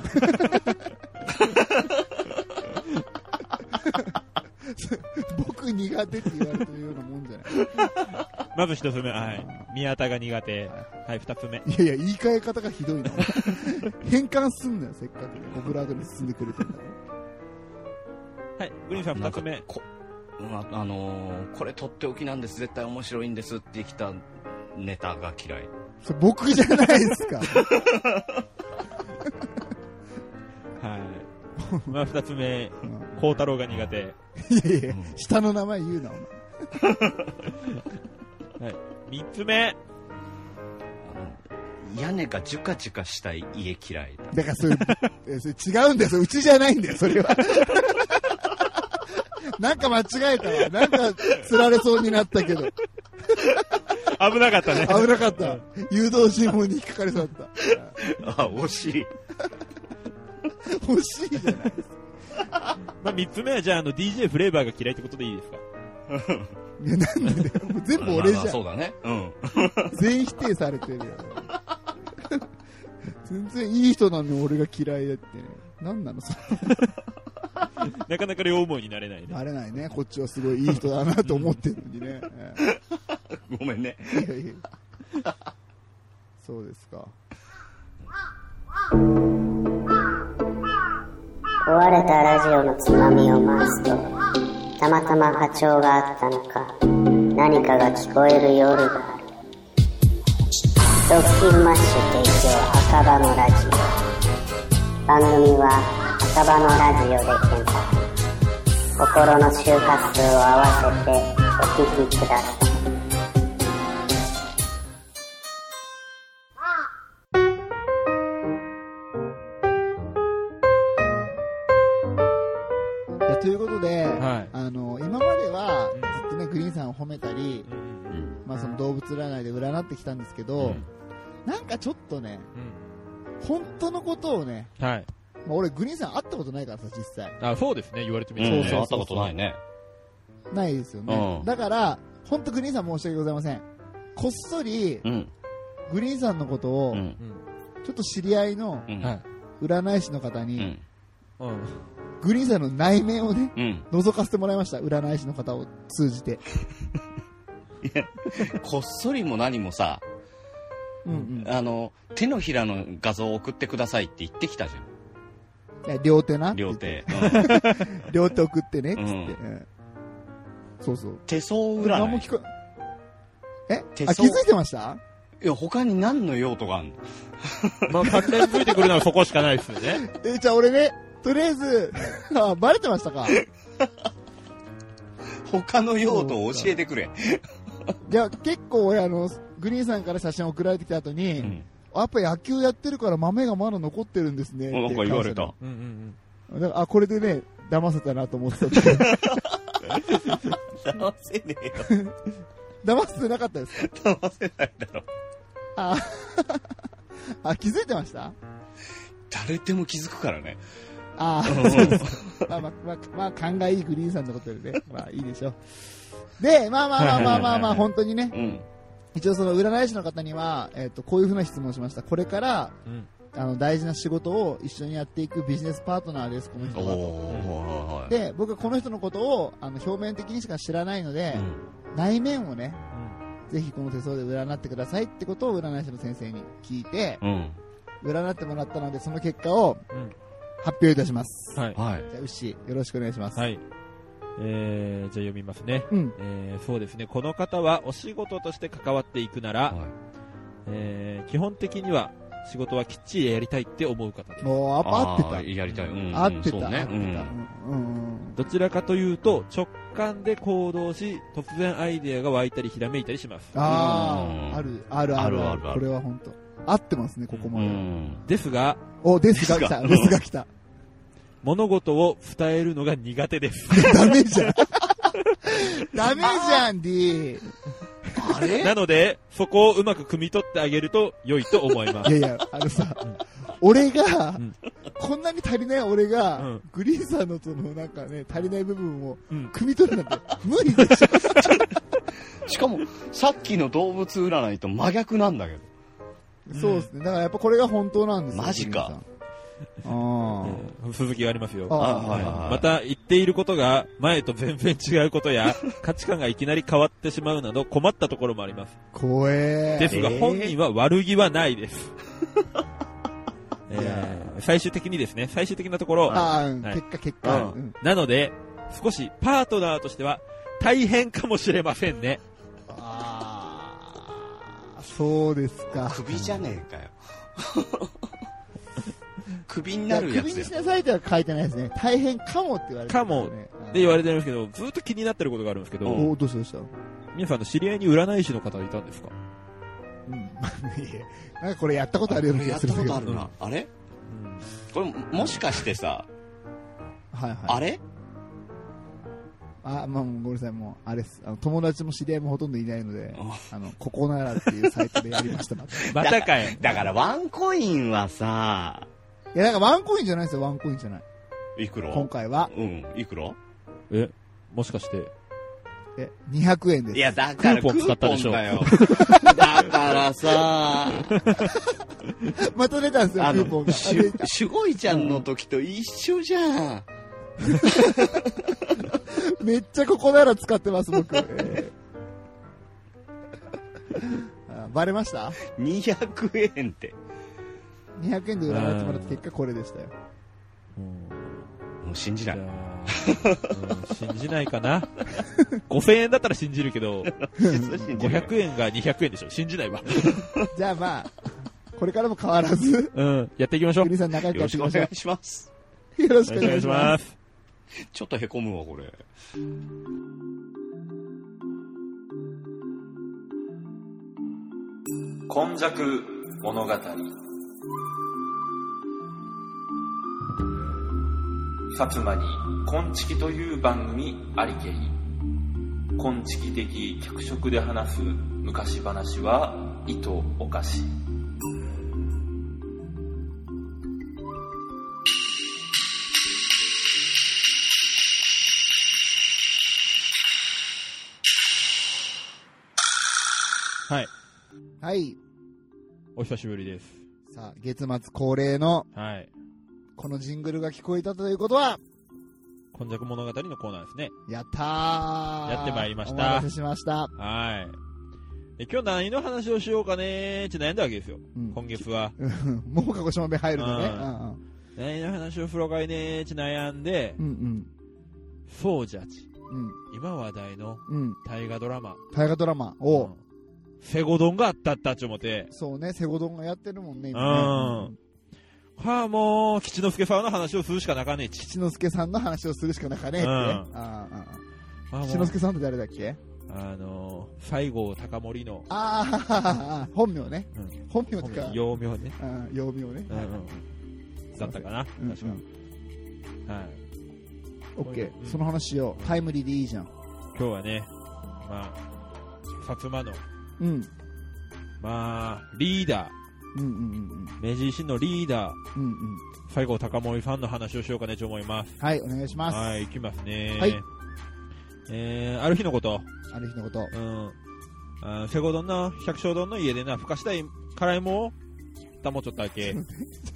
Speaker 1: 僕苦手って言われてるようなもんじゃない。
Speaker 2: まず1つ目、はい。宮田が苦手。はい、2つ目。
Speaker 1: いやいや、言い換え方がひどいな。変換すんなよ、せっかくね。小倉後に進んでくれてんだか
Speaker 2: はい、グリーンさん2つ
Speaker 3: な
Speaker 2: 目
Speaker 3: か。こうんああのーこれとっておきなんです、絶対面白いんですってきたネタが嫌い。
Speaker 1: ら。それ僕じゃないですか。
Speaker 2: はい。まあ2つ目、
Speaker 1: うん
Speaker 2: 孝太郎が苦手。
Speaker 1: いやいや、下の名前言うな、お前。
Speaker 2: 3 つ目、
Speaker 3: あの屋根がジュカジュカしたい家嫌いだ。
Speaker 1: だからそれ、 えそれ違うんだよ。それうちじゃないんだよ、それは。 なんか間違えたわ。なんか釣られそうになったけど。
Speaker 2: 危なかったね。
Speaker 1: 危なかった。誘導尋問に引っかかりそうだっ
Speaker 3: あ、惜しい。
Speaker 1: た。欲しいじゃない。
Speaker 2: まあ3つ目はじゃああの DJ フレーバーが嫌いってことでいいですか
Speaker 1: いやなんでだよ。もう全部俺じ
Speaker 3: まあまあ
Speaker 1: ゃ
Speaker 3: そ
Speaker 1: ん。
Speaker 3: うだね。うん。
Speaker 1: 全員否定されてるよ。 全然いい人なのに俺が嫌いだってね。なんなのそれ。
Speaker 2: なかなか両思いになれないね。
Speaker 1: バレないね。こっちはすごいいい人だなと思ってるのにね。ええ
Speaker 3: ごめんね。
Speaker 1: いやいやそうですか。
Speaker 4: 壊れたラジオのつまみを回すとたまたま波長があったのか何かが聞こえる夜がある「ドッキンマッシュ提供赤羽のラジオ」番組は「赤羽のラジオ」で検索心の周波数を合わせてお聞きください
Speaker 1: いやということで、
Speaker 2: はい
Speaker 1: あの今までは
Speaker 2: うん
Speaker 1: ずっとね、グリーンさんを褒めたり、
Speaker 2: うんうんうん
Speaker 1: まあ、その動物占いで占ってきたんですけ
Speaker 2: う
Speaker 1: ど、
Speaker 2: ん
Speaker 1: なんかちょっとね、本当のことをね、
Speaker 2: うんはい。
Speaker 1: まあ、俺、グリーンさん会ったことないからさ、実際。
Speaker 2: あ、そうですね、言われてみ
Speaker 3: うん
Speaker 2: れ
Speaker 1: そう
Speaker 2: ば
Speaker 1: そう
Speaker 3: 会ったことないね。
Speaker 1: ないですよね。
Speaker 3: うん
Speaker 1: だから、本当グリーンさん申し訳ございません。こっそり、
Speaker 3: うん。
Speaker 1: グリーンさんのことを、
Speaker 3: うん。
Speaker 1: ちょっと知り合いの
Speaker 3: うん。
Speaker 2: はい。
Speaker 1: 占い師の方
Speaker 3: う
Speaker 1: に、
Speaker 3: ん。
Speaker 2: うん。
Speaker 1: グリーンさんの内面をね、
Speaker 3: うん。
Speaker 1: 覗かせてもらいました。占い師の方を通じて。
Speaker 3: こっそりも何もさ、
Speaker 1: うんうん。
Speaker 3: あの、手のひらの画像を送ってくださいって言ってきたじゃ
Speaker 1: いや両手な。
Speaker 3: ん。両手。
Speaker 1: 両手送ってね、つって。
Speaker 3: うん
Speaker 1: うんそうそう。
Speaker 3: 手相
Speaker 1: 何も
Speaker 3: 占い
Speaker 1: 聞。こえ、え
Speaker 3: 手
Speaker 1: あ、気
Speaker 3: 相
Speaker 1: づいてました
Speaker 3: いや、他に何の用途があるの
Speaker 2: まあ関連づいてくるのはそこしかないですよね。
Speaker 1: え、 じゃあ俺ね、とりあえず、あ、バレてましたか。
Speaker 3: 他の用途を教えてくれ。
Speaker 1: いや、結構俺、あの、グリーンさんから写真送られてきた後に、やっぱ野球やってるから豆がまだ残ってるんですねって
Speaker 3: なんか言われた。
Speaker 2: うんうん
Speaker 1: だからあ、これでね、騙せたなと思ってた んで
Speaker 3: 騙せねえよ。
Speaker 1: 騙せてなかったですか
Speaker 3: 騙せないだろ。
Speaker 1: ああ、気づいてました
Speaker 3: 誰でも気づくからね。
Speaker 1: ああ、そうですか。 まあまあ、まあ、まあ、勘がいいグリーンさんのことでね、まあいいでしょう。で、まあまあまあまあまあまあ、本当にね、
Speaker 3: うん。
Speaker 1: 一応その占い師の方には、えっ、と、こういうふうな質問をしました。これから、
Speaker 2: うん。
Speaker 1: あの、大事な仕事を一緒にやっていくビジネスパートナーです、この人
Speaker 3: おー、
Speaker 1: は。
Speaker 3: はいはい。
Speaker 1: で、僕はこの人のことを、あの、表面的にしか知らないので、内面をね、ぜひこの手相で占ってくださいってことを占い師の先生に聞いて、
Speaker 3: うん。うん。
Speaker 1: 占ってもらったので、その結果を
Speaker 2: うん。
Speaker 1: 発表いたします。
Speaker 2: はい。
Speaker 3: はい。
Speaker 1: じゃあ、ウッシー、よろしくお願いします。
Speaker 2: はい。えー、じゃあ読みますね。
Speaker 1: うん。
Speaker 2: えー、そうですね。この方はお仕事として関わっていくなら、
Speaker 3: はい
Speaker 2: えー、基本的には仕事はきっちりやりたいって思う方です。
Speaker 1: もう、あ合ってた。
Speaker 3: あーやりたい。うん。
Speaker 1: 合ってた、
Speaker 3: そう
Speaker 1: 合っ
Speaker 3: ね
Speaker 1: てた。。
Speaker 3: う
Speaker 1: うんんうん
Speaker 2: どちらかというと、直感で行動し、突然アイデアが湧いたりひらめいたりします。
Speaker 1: あ
Speaker 3: うん
Speaker 1: あ、ある、あるある
Speaker 3: あ
Speaker 1: あ
Speaker 3: るある
Speaker 1: る
Speaker 3: ある
Speaker 1: これは本当合ってますね、ここ
Speaker 3: う
Speaker 1: まで。
Speaker 3: ん。
Speaker 2: ですが、
Speaker 1: お、ですが来た、ですが来た。
Speaker 2: 物事を伝えるのが苦手です。
Speaker 1: ダメじゃん。 ダメじゃん、D。い
Speaker 3: あれ
Speaker 2: なので、そこをうまく汲み取ってあげると良いと思いま
Speaker 1: や
Speaker 2: す。
Speaker 1: いや、あのさ、俺が
Speaker 2: うん、
Speaker 1: こんなに足りない俺
Speaker 2: う
Speaker 1: が
Speaker 2: ん、
Speaker 1: グリーンさんのとのなんかね、足りない部分を
Speaker 2: うん。
Speaker 1: 汲み取るなんて無理でしょ。
Speaker 3: しかも、さっきの動物占いと真逆なんだけど。
Speaker 1: そうですね。だからやっぱこれが本当なんですよ
Speaker 3: マジか。
Speaker 1: グリーンさんあ
Speaker 2: 続きがありますよ。
Speaker 1: あ
Speaker 3: あ
Speaker 1: あ
Speaker 3: はいはい
Speaker 2: また言っていることが前と全然違うこと や価値観がいきなり変わってしまうなど困ったところもあります。
Speaker 1: あ、怖え。
Speaker 2: ですが
Speaker 3: えー
Speaker 2: 本人は悪気はない です。え
Speaker 1: いや
Speaker 2: ー最終的にですね、最終的なところ、
Speaker 1: ああ、うん
Speaker 2: はい
Speaker 1: 結果、結果。
Speaker 3: う
Speaker 1: うん
Speaker 2: なので少しパートナーとしては大変かもしれませんね。
Speaker 1: ああ、そうですか。
Speaker 3: 首じゃねえかよ。 首に
Speaker 1: い
Speaker 3: な
Speaker 1: や
Speaker 3: るや
Speaker 1: 首
Speaker 3: つ
Speaker 1: に
Speaker 3: や
Speaker 1: し。なさいっては書いてないですね。大変かもって言われて、ね。
Speaker 2: かも
Speaker 1: うん。
Speaker 2: で言われてるんですけど、ずっと気になってることがあるんですけど、
Speaker 3: うん
Speaker 1: おお、どうしたどうした
Speaker 2: 皆さんの知り合いに占い師の方いたんですか
Speaker 1: うん。いやなんかこれやったことあるような
Speaker 3: こ
Speaker 1: 気
Speaker 3: れ
Speaker 1: がす
Speaker 3: やった
Speaker 1: るんだ
Speaker 3: こ
Speaker 1: けど
Speaker 3: とあるな。あれ
Speaker 2: うん
Speaker 3: これ、もしかしてさ、
Speaker 1: はい
Speaker 3: あ
Speaker 1: はい。
Speaker 3: れ
Speaker 1: あ、まあ、もうごめんなさい。もう、あれです。あの、友達も知り合いもほとんどいないので
Speaker 3: あ、
Speaker 1: あの、ここならっていうサイトでやりました。またい
Speaker 2: またかい。
Speaker 3: だからワンコインはさ、
Speaker 1: や、なんかワンコインじゃないですよ。ワンコインじゃない。
Speaker 3: いくら
Speaker 1: 今回は、
Speaker 3: うん、いくら
Speaker 2: え、もしかして、
Speaker 1: え、200円です。
Speaker 3: いや、だから
Speaker 2: クーポン使ったでしょ
Speaker 3: クーポンだ よ。だからさ、
Speaker 1: また出たんですよ、
Speaker 3: あ
Speaker 1: クーポン
Speaker 3: の、
Speaker 1: が。
Speaker 3: しゅ、守護いちゃんの時と一緒じゃん。
Speaker 1: めっちゃここなら使ってます、僕。えーあバレました
Speaker 3: 200円って。
Speaker 1: 200円で占ってもらった結果これでしたよ
Speaker 2: うん
Speaker 3: もう信じない。
Speaker 2: じゃあうん信じないかな 5000円だったら信じるけど
Speaker 3: 信じない
Speaker 2: 500円が200円でしょ信じないわ
Speaker 1: じゃあまあこれからも変わらず
Speaker 2: うんやっていきましょう
Speaker 1: 国さん仲良くや
Speaker 3: よろ
Speaker 1: って
Speaker 3: し
Speaker 1: いき
Speaker 3: くお
Speaker 1: ましょ
Speaker 3: 願いします。
Speaker 1: うよろし
Speaker 2: お
Speaker 1: くお
Speaker 2: 願
Speaker 1: 願
Speaker 2: い
Speaker 1: い
Speaker 2: し
Speaker 1: し
Speaker 2: ま
Speaker 1: ます
Speaker 3: ちょっとへこむわ、これ。
Speaker 5: 今昔物語薩摩に「昆虫という番組ありけり昆虫的脚色で話す昔話は意図おかし
Speaker 2: はい
Speaker 1: すはい
Speaker 2: お久しぶりです
Speaker 1: さあ月末恒例の
Speaker 2: はい
Speaker 1: このジングルが聞こえたということは
Speaker 2: 今昔物語のコーナーですね
Speaker 1: やったー
Speaker 2: やってまいりました
Speaker 1: お待たせしました、
Speaker 2: はいえ今日何の話をしようかねーって悩んだわけですよ
Speaker 1: うん
Speaker 2: 今月は
Speaker 1: うんもう鹿児島弁入るのね
Speaker 2: う何の話をしようかいねーって悩んで
Speaker 1: うんうん
Speaker 2: そうじゃち
Speaker 1: うん
Speaker 2: 今話題の
Speaker 1: うんうん
Speaker 2: 大河ドラマ
Speaker 1: 大河ドラマを、
Speaker 2: うんセゴドンがあったったっち思って
Speaker 1: そうねセゴドンがやってるもんね
Speaker 2: うん
Speaker 1: 今ね
Speaker 2: はあもう吉之助さんの話をするしかなかねえち
Speaker 1: 吉之助さんの話をするしかなかねえってね
Speaker 2: うん
Speaker 1: あーあーあ
Speaker 2: まあもう
Speaker 1: しのすけさんって誰だっけ
Speaker 2: あのー、西郷隆盛の、
Speaker 1: ああ、本名ね。
Speaker 2: うん、
Speaker 1: 本名とか、
Speaker 2: 幼名ね、
Speaker 1: あー曜日をね
Speaker 2: う。んうんだったかな、
Speaker 1: うん
Speaker 2: 確か、はい。
Speaker 1: オッケ
Speaker 2: うん
Speaker 1: ー、その話しよう。タイムリーでいいじゃん。
Speaker 2: 今日はね、まあ、薩摩の、
Speaker 1: うん。
Speaker 2: まあ、リーダー、
Speaker 1: うんうんうん
Speaker 2: 明治維新のリーダー、
Speaker 1: うん。うんうん。
Speaker 2: 西郷隆盛さんの話をしようかねと思います。
Speaker 1: はい、お願いします。
Speaker 2: はい、いきますね。
Speaker 1: はい
Speaker 2: えー、ある日のこと、
Speaker 1: ある日のこと。
Speaker 2: うん。あー瀬古丼の百姓丼の家でな、ふかしたい辛いもんをたもちょったわけ。
Speaker 1: ちょ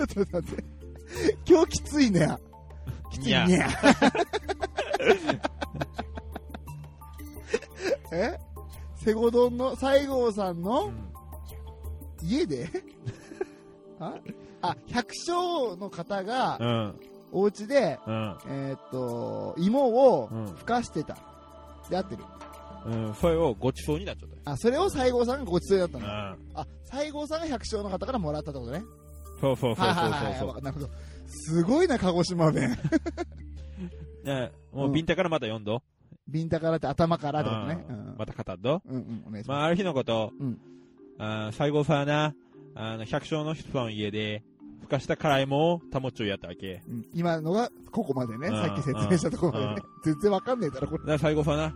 Speaker 1: っと待って。今日きついね。きつい
Speaker 2: にゃ
Speaker 1: ね。えセゴドンの西郷さん
Speaker 2: う
Speaker 1: の
Speaker 2: ん
Speaker 1: 家でああ、百姓の方が
Speaker 2: うん、
Speaker 1: お家で、
Speaker 2: うん、
Speaker 1: えーっと、芋を
Speaker 2: うん
Speaker 1: ふかしてた。で、合ってる。
Speaker 2: うん、それをごちそうになっちゃったよ。
Speaker 1: あ、それを西郷さんがごちそうだった
Speaker 2: う
Speaker 1: の。
Speaker 2: ん、
Speaker 1: あ、西郷さんが百姓の方からもらったってことね。
Speaker 2: そうそうそう
Speaker 1: はい
Speaker 2: そう
Speaker 1: はい
Speaker 2: そう
Speaker 1: はい。なるほど。すごいな、鹿児島弁。
Speaker 2: そう。ね、もうビンタからまた読んど。
Speaker 1: ビンタからって頭からってことね。
Speaker 2: う
Speaker 1: うんん
Speaker 2: また語っど。
Speaker 1: うんうん、お願いし
Speaker 2: まあ、
Speaker 1: ま
Speaker 2: ある日のこと、
Speaker 1: うん
Speaker 2: あー西郷さんはな、あの、百姓の人の家で、ふかした辛いもんをたもちをやったわけ。
Speaker 1: す。うん今のがここまでね、
Speaker 2: うん
Speaker 1: さっき説明したところまでね。全然わかんねえだろ、これ。
Speaker 2: だから西郷さんは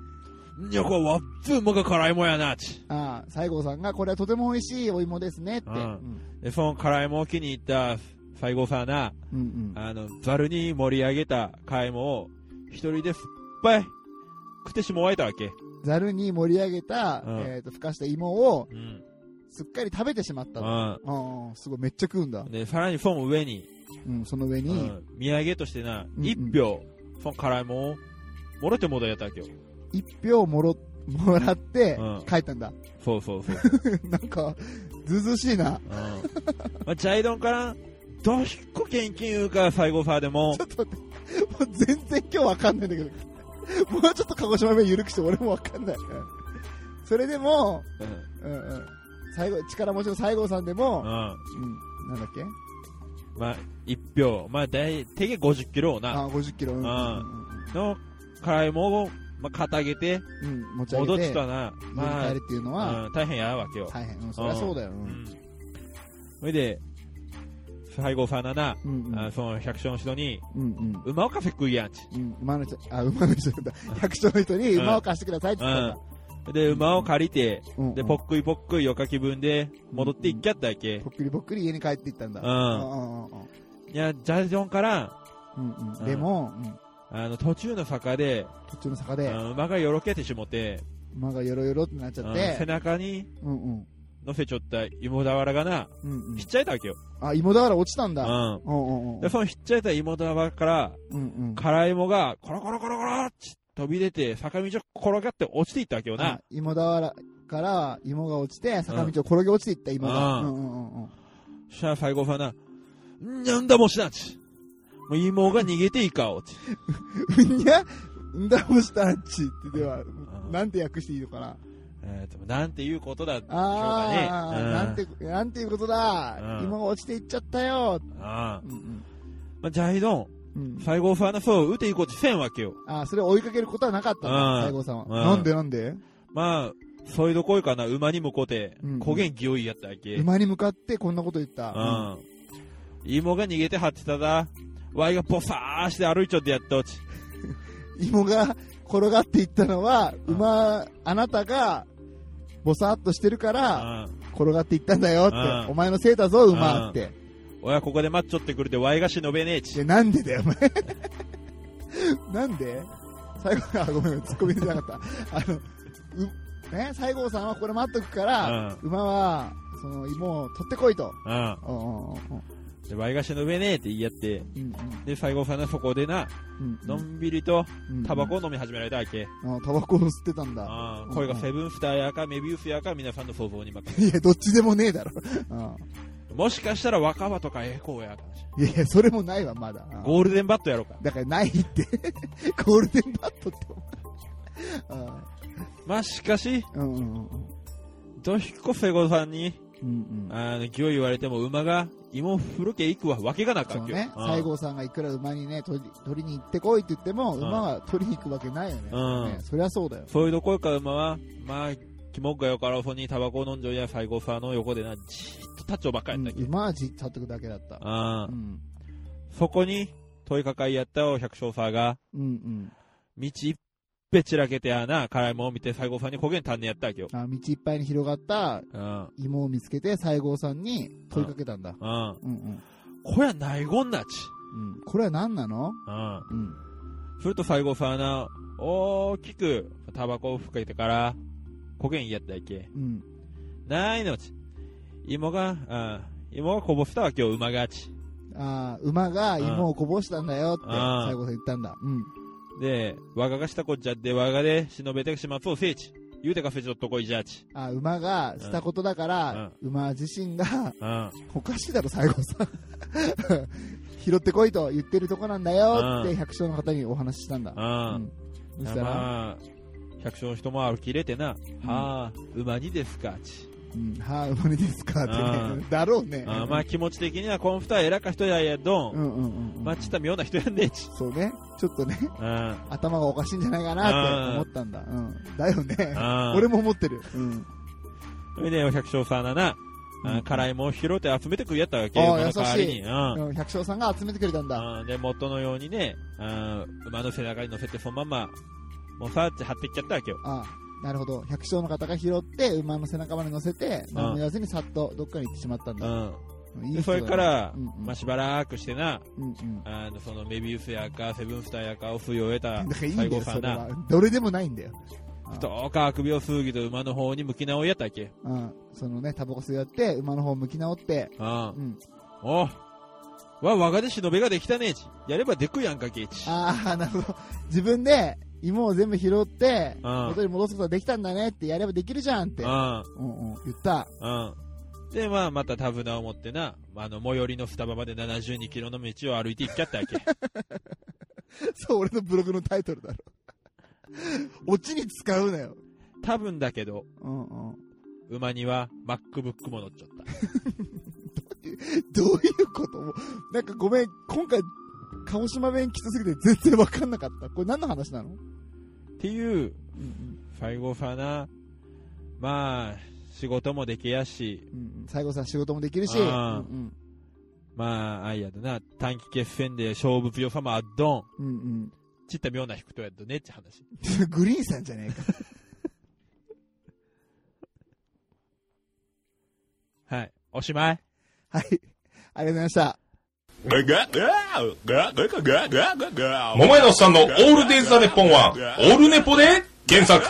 Speaker 2: な、んにゃこわっつうもが辛いもんやな、ち。
Speaker 1: ああ、西郷さんが、これはとても美味しいお芋ですねって。
Speaker 2: う
Speaker 1: うんんうん
Speaker 2: で、その辛いもんを気に入った西郷さんはな、
Speaker 1: うん。
Speaker 2: あの、ザルに盛り上げた辛いもんを、一人ですっぱい、食ってしもわえたわけ。
Speaker 1: ざるに盛り上げた、
Speaker 2: うん
Speaker 1: えっと、ふかした芋を
Speaker 2: うん。
Speaker 1: すっかり食べてしまった
Speaker 2: う
Speaker 1: と。
Speaker 2: ん。
Speaker 1: ああ、すごい、めっちゃ食うんだ。
Speaker 2: で、さらにその上に、
Speaker 1: うん、その上
Speaker 2: う
Speaker 1: に、
Speaker 2: ん、土産としてな、
Speaker 1: んうん
Speaker 2: 一票、その辛いもんを、もろてもろやったわけよ。
Speaker 1: 一票もろ、もらって
Speaker 2: うん、
Speaker 1: 帰ったんだ。
Speaker 2: そうそうそう。
Speaker 1: なんか、ずうずうしいな。
Speaker 2: うん。まあ、ジャイドンから、どひっこ現金言うか、最後さ、でも
Speaker 1: ち、ょっと待って、もう全然今日わかんないんだけど。もうちょっと鹿児島弁緩くして俺もわかんない。うんそれでも、
Speaker 2: うん。
Speaker 1: うんうん。最後、力持ちの西郷さんで
Speaker 2: うん。
Speaker 1: も、
Speaker 2: ま
Speaker 1: うん、なんだっけ
Speaker 2: あ、一票、まあ、大、てげ50キロをな、
Speaker 1: あ、50キロ。うん。う
Speaker 2: あ
Speaker 1: ん
Speaker 2: の、辛いもんを、まあ、肩上げて、
Speaker 1: うん、持ち上
Speaker 2: 戻っ
Speaker 1: げ
Speaker 2: ち
Speaker 1: て、
Speaker 2: たな、ま
Speaker 1: 家に帰るっていうのは、
Speaker 2: あ、うん、大変やわけよ。
Speaker 1: 大変。うん、そりゃそうだよ。う。
Speaker 2: うんん。それで、最後さなな、
Speaker 1: うんうん。
Speaker 2: あその百姓の人に、
Speaker 1: うんうん。
Speaker 2: 馬をかせ食いやんち。
Speaker 1: うん、馬の人、あ、馬の人 だ。百姓の人に馬を貸してくださいって
Speaker 2: う
Speaker 1: 言ったん
Speaker 2: ん
Speaker 1: だ。。
Speaker 2: で、馬を借りて、
Speaker 1: うんうん
Speaker 2: で、ぽっくりぽっくりよか気分で、戻っていっきゃったわけ。
Speaker 1: ぽっくりぽっくり家に帰っていったんだ。
Speaker 2: うん
Speaker 1: うんうん
Speaker 2: いや、ジャイドンから、
Speaker 1: うん
Speaker 2: う
Speaker 1: うんん。でも、うん
Speaker 2: あの、途中の坂で、
Speaker 1: 途中の坂
Speaker 2: あ
Speaker 1: で、
Speaker 2: の馬がよろけてしもて、
Speaker 1: 馬がよろよろってなっちゃっ
Speaker 2: あの背
Speaker 1: て、
Speaker 2: 中に
Speaker 1: うんうん。
Speaker 2: 乗せちょった芋だわらがな、
Speaker 1: うんうん
Speaker 2: ひっちゃいたわけよ。
Speaker 1: あ、芋だから落ちたん
Speaker 2: う
Speaker 1: だ。
Speaker 2: ん。
Speaker 1: うんうんうん。
Speaker 2: で、そのひっちゃいた芋だわらから、
Speaker 1: うんうん。
Speaker 2: 辛い芋が、コロコロコロコロって飛び出て、坂道を転がって落ちていったわけよな
Speaker 1: あ。芋だわらから芋が落ちて、坂道を転げ落ちていった芋が。
Speaker 2: う
Speaker 1: うんんうんうんうん。
Speaker 2: そしたら最後さな、んなんだもしなち。もう芋が逃げていかおち。
Speaker 1: うんにゃんだもしたんちって、では
Speaker 2: ん、
Speaker 1: なんて訳していいのかな。
Speaker 2: えーと、なんていうことだでしょうかね。
Speaker 1: ああ、
Speaker 2: うん
Speaker 1: なんて、なんていうことだ
Speaker 2: う。ん
Speaker 1: 芋が落ちていっちゃったよ。
Speaker 2: ああ
Speaker 1: うんうん。
Speaker 2: まあ、ジャイドン、
Speaker 1: うん、
Speaker 2: 最後さな、そう、打ていこうちせんわけよ。
Speaker 1: あそれを追いかけることはなかったん
Speaker 2: うん
Speaker 1: だ、西郷さんは。
Speaker 2: うん
Speaker 1: なんでなんで
Speaker 2: まあ、そういうとこいかな、馬に向こうて
Speaker 1: うんう、ん
Speaker 2: こげんぎおいやったわけ。うん。
Speaker 1: 馬に向かってこんなこと言った。
Speaker 2: 芋が逃げてはってただ、ワイがボサーして歩いちょってやっとち。
Speaker 1: 芋が転がっていったのは、
Speaker 2: うん
Speaker 1: 馬、あなたが、ぼさっとしてるか
Speaker 2: う
Speaker 1: ら、
Speaker 2: ん。
Speaker 1: 転がっていったんだよって
Speaker 2: うん。
Speaker 1: お前のせいだぞ、馬って。
Speaker 2: おや、ここで待っちょってくれて、ワイが忍べねえ
Speaker 1: い
Speaker 2: ち。
Speaker 1: や、なんでだよ、お前。 なんで最後、あ、ごめん、ツッコミ出なかった。あの、う、ね、西郷さんはこれ待っとくから、
Speaker 2: う
Speaker 1: 馬は、その芋を取ってこいと。
Speaker 2: うん。
Speaker 1: うんうんうんうん
Speaker 2: で、ワイが忍べねえって言いやって、
Speaker 1: うん
Speaker 2: で、西郷さんはそこでな、
Speaker 1: うん
Speaker 2: のんびりと、
Speaker 1: うん
Speaker 2: タバコを飲み始められたわけ。
Speaker 1: あタバコを吸ってたんだ。
Speaker 2: ああ、声がセブンスターやか、メビウスやか、皆さんの想像に任せ
Speaker 1: いや、どっちでもねえだろ。う
Speaker 2: る。もしかしたら若葉とかエコーやかもしれ
Speaker 1: んい
Speaker 2: ん
Speaker 1: やいや、それもないわ、まだ。うん
Speaker 2: ゴールデンバットやろうか。
Speaker 1: だからないって。 ゴールデンバットってお前。
Speaker 2: まあ、しかし、
Speaker 1: うんうんうん
Speaker 2: ドヒコセゴさんに、
Speaker 1: うんうん。
Speaker 2: あの、気を言われても馬が芋風呂家行くわ、わけがなか
Speaker 1: そ
Speaker 2: っ
Speaker 1: う
Speaker 2: け
Speaker 1: ね、西郷さんがいくら馬にね、取り取りに行ってこいって言っても、
Speaker 2: ん
Speaker 1: 馬は取りに行くわけないよね。
Speaker 2: うん
Speaker 1: ねそりゃそうだよ。
Speaker 2: そういうとこから馬は、まあ、キモッがよからおそにタバコを飲んじょいや西郷さんの横でな、じーっとタッチをばっかやったっ
Speaker 1: う
Speaker 2: け。
Speaker 1: ん馬はじっと立ってくだけだった。
Speaker 2: あ
Speaker 1: う
Speaker 2: あ
Speaker 1: ん。
Speaker 2: そこに、問いかかいやったお百姓さんが、
Speaker 1: うんうん。
Speaker 2: 道いっぺ散らけてやな、辛いもんを見て西郷さんに焦げん足んねやったわけよ。
Speaker 1: あ道いっぱいに広がった
Speaker 2: うん。うん。
Speaker 1: 芋を見つけて、西郷さんに問いかけたんだ。うんうん。
Speaker 2: こやないごんなち。
Speaker 1: うん。これは何なの
Speaker 2: うん。
Speaker 1: うん。
Speaker 2: すると西郷さんはな、大きくタバコを吹けてから、焦げんやったやけ。
Speaker 1: うん。
Speaker 2: ないのち。芋が、あ芋がこぼしたわけよ、馬がち。
Speaker 1: ああ、馬が芋をこぼしたんだよって、
Speaker 2: うんうん
Speaker 1: 西郷さん言ったんだ。うん。
Speaker 2: で、我ががしたこっちゃって、我がで忍べてしまっそう聖地。言うてかせちょっとこいじゃち。
Speaker 1: あ馬がしたことだから、馬自身が、
Speaker 2: うん。
Speaker 1: おかしいだろ、西郷さん。 拾ってこいと言ってるとこなんだよって、百姓の方にお話ししたんだ。
Speaker 2: う。
Speaker 1: うんん。そしたら、
Speaker 2: まあ、百姓の人も歩き入れてな、はあ、馬にですか、ち。
Speaker 1: うん、はい、馬にですかって
Speaker 2: う
Speaker 1: ね。だろうね。
Speaker 2: あまあ気持ち的にはこの二人は偉か人ややど
Speaker 1: うん
Speaker 2: ん。
Speaker 1: うんうんうん。
Speaker 2: まあちった妙な人やんねえち。
Speaker 1: そうね。ちょっとね、
Speaker 2: うん。
Speaker 1: 頭がおかしいんじゃないかなって思ったんだ。うん。だよね。
Speaker 2: あー
Speaker 1: 俺も思ってる。うん。
Speaker 2: それで、お百姓さんだな、
Speaker 1: うん
Speaker 2: あ辛いもん拾って集めてくれやったわけ、
Speaker 1: あー
Speaker 2: 馬の代わりに。
Speaker 1: 優し
Speaker 2: う
Speaker 1: い
Speaker 2: ん
Speaker 1: うん百姓さんが集めてくれたんだ。
Speaker 2: うんで、元のようにね、うん馬の背中に乗せて、そのまんま、もうさーって張ってきちゃったわけよ。
Speaker 1: ああなるほど百姓の方が拾って馬の背中まで乗せて
Speaker 2: ん
Speaker 1: 何も言わずにさっとどっかに行ってしまったんだ、
Speaker 2: うん。
Speaker 1: い
Speaker 2: で、
Speaker 1: い人
Speaker 2: そ
Speaker 1: だね
Speaker 2: れから
Speaker 1: うん、うん
Speaker 2: まあ、しばらくしてな、
Speaker 1: うんうん
Speaker 2: あの、そのメビウスやか、セブンスターやかを吸い終え
Speaker 1: だ
Speaker 2: た
Speaker 1: からいいんだ
Speaker 2: 西郷
Speaker 1: よ
Speaker 2: さん
Speaker 1: それ
Speaker 2: な、
Speaker 1: はどれでもないんだよ
Speaker 2: どうかあくびをすうぎと馬の方に向き直りやったわけ。
Speaker 1: うんそのねタバコ吸いやって馬の方向き直って
Speaker 2: う。
Speaker 1: うんん
Speaker 2: おうわ、我がで忍べができたねえち。やればでくやんかけえち。
Speaker 1: ああなるほど自分で芋を全部拾って
Speaker 2: うん
Speaker 1: 元に戻すことができたんだねってやればできるじゃんって
Speaker 2: う
Speaker 1: うんう
Speaker 2: ん。
Speaker 1: ん言った
Speaker 2: うん。で、まあ、またタブナを持ってな、まああの、最寄りのスタバまで72キロの道を歩いて行っちゃったわけ。
Speaker 1: そう俺のブログのタイトルだろオチに使うなよ
Speaker 2: 多分だけど、
Speaker 1: うんうん
Speaker 2: 馬には MacBook も乗っちゃった。
Speaker 1: どういうこともうなんかごめん、今回、鹿児島弁きつすぎて全然わかんなかった。これ何の話なの
Speaker 2: っていう、最後さな、まあ、仕事もできやし、
Speaker 1: 最後さん仕事もできるし、
Speaker 2: う
Speaker 1: うんんうん
Speaker 2: まあ、あいやだな、短期決戦で勝負強さもあっど
Speaker 1: う
Speaker 2: ん、
Speaker 1: んうん、
Speaker 2: ちった妙な引くとやっとねって話。
Speaker 1: グリーンさんじゃねえか。
Speaker 2: はい。おしまい
Speaker 1: はい。ありがとうございました。
Speaker 6: 桃井のおっさんのオールデイズ・ザ・ネッポンは、オールネポで検索。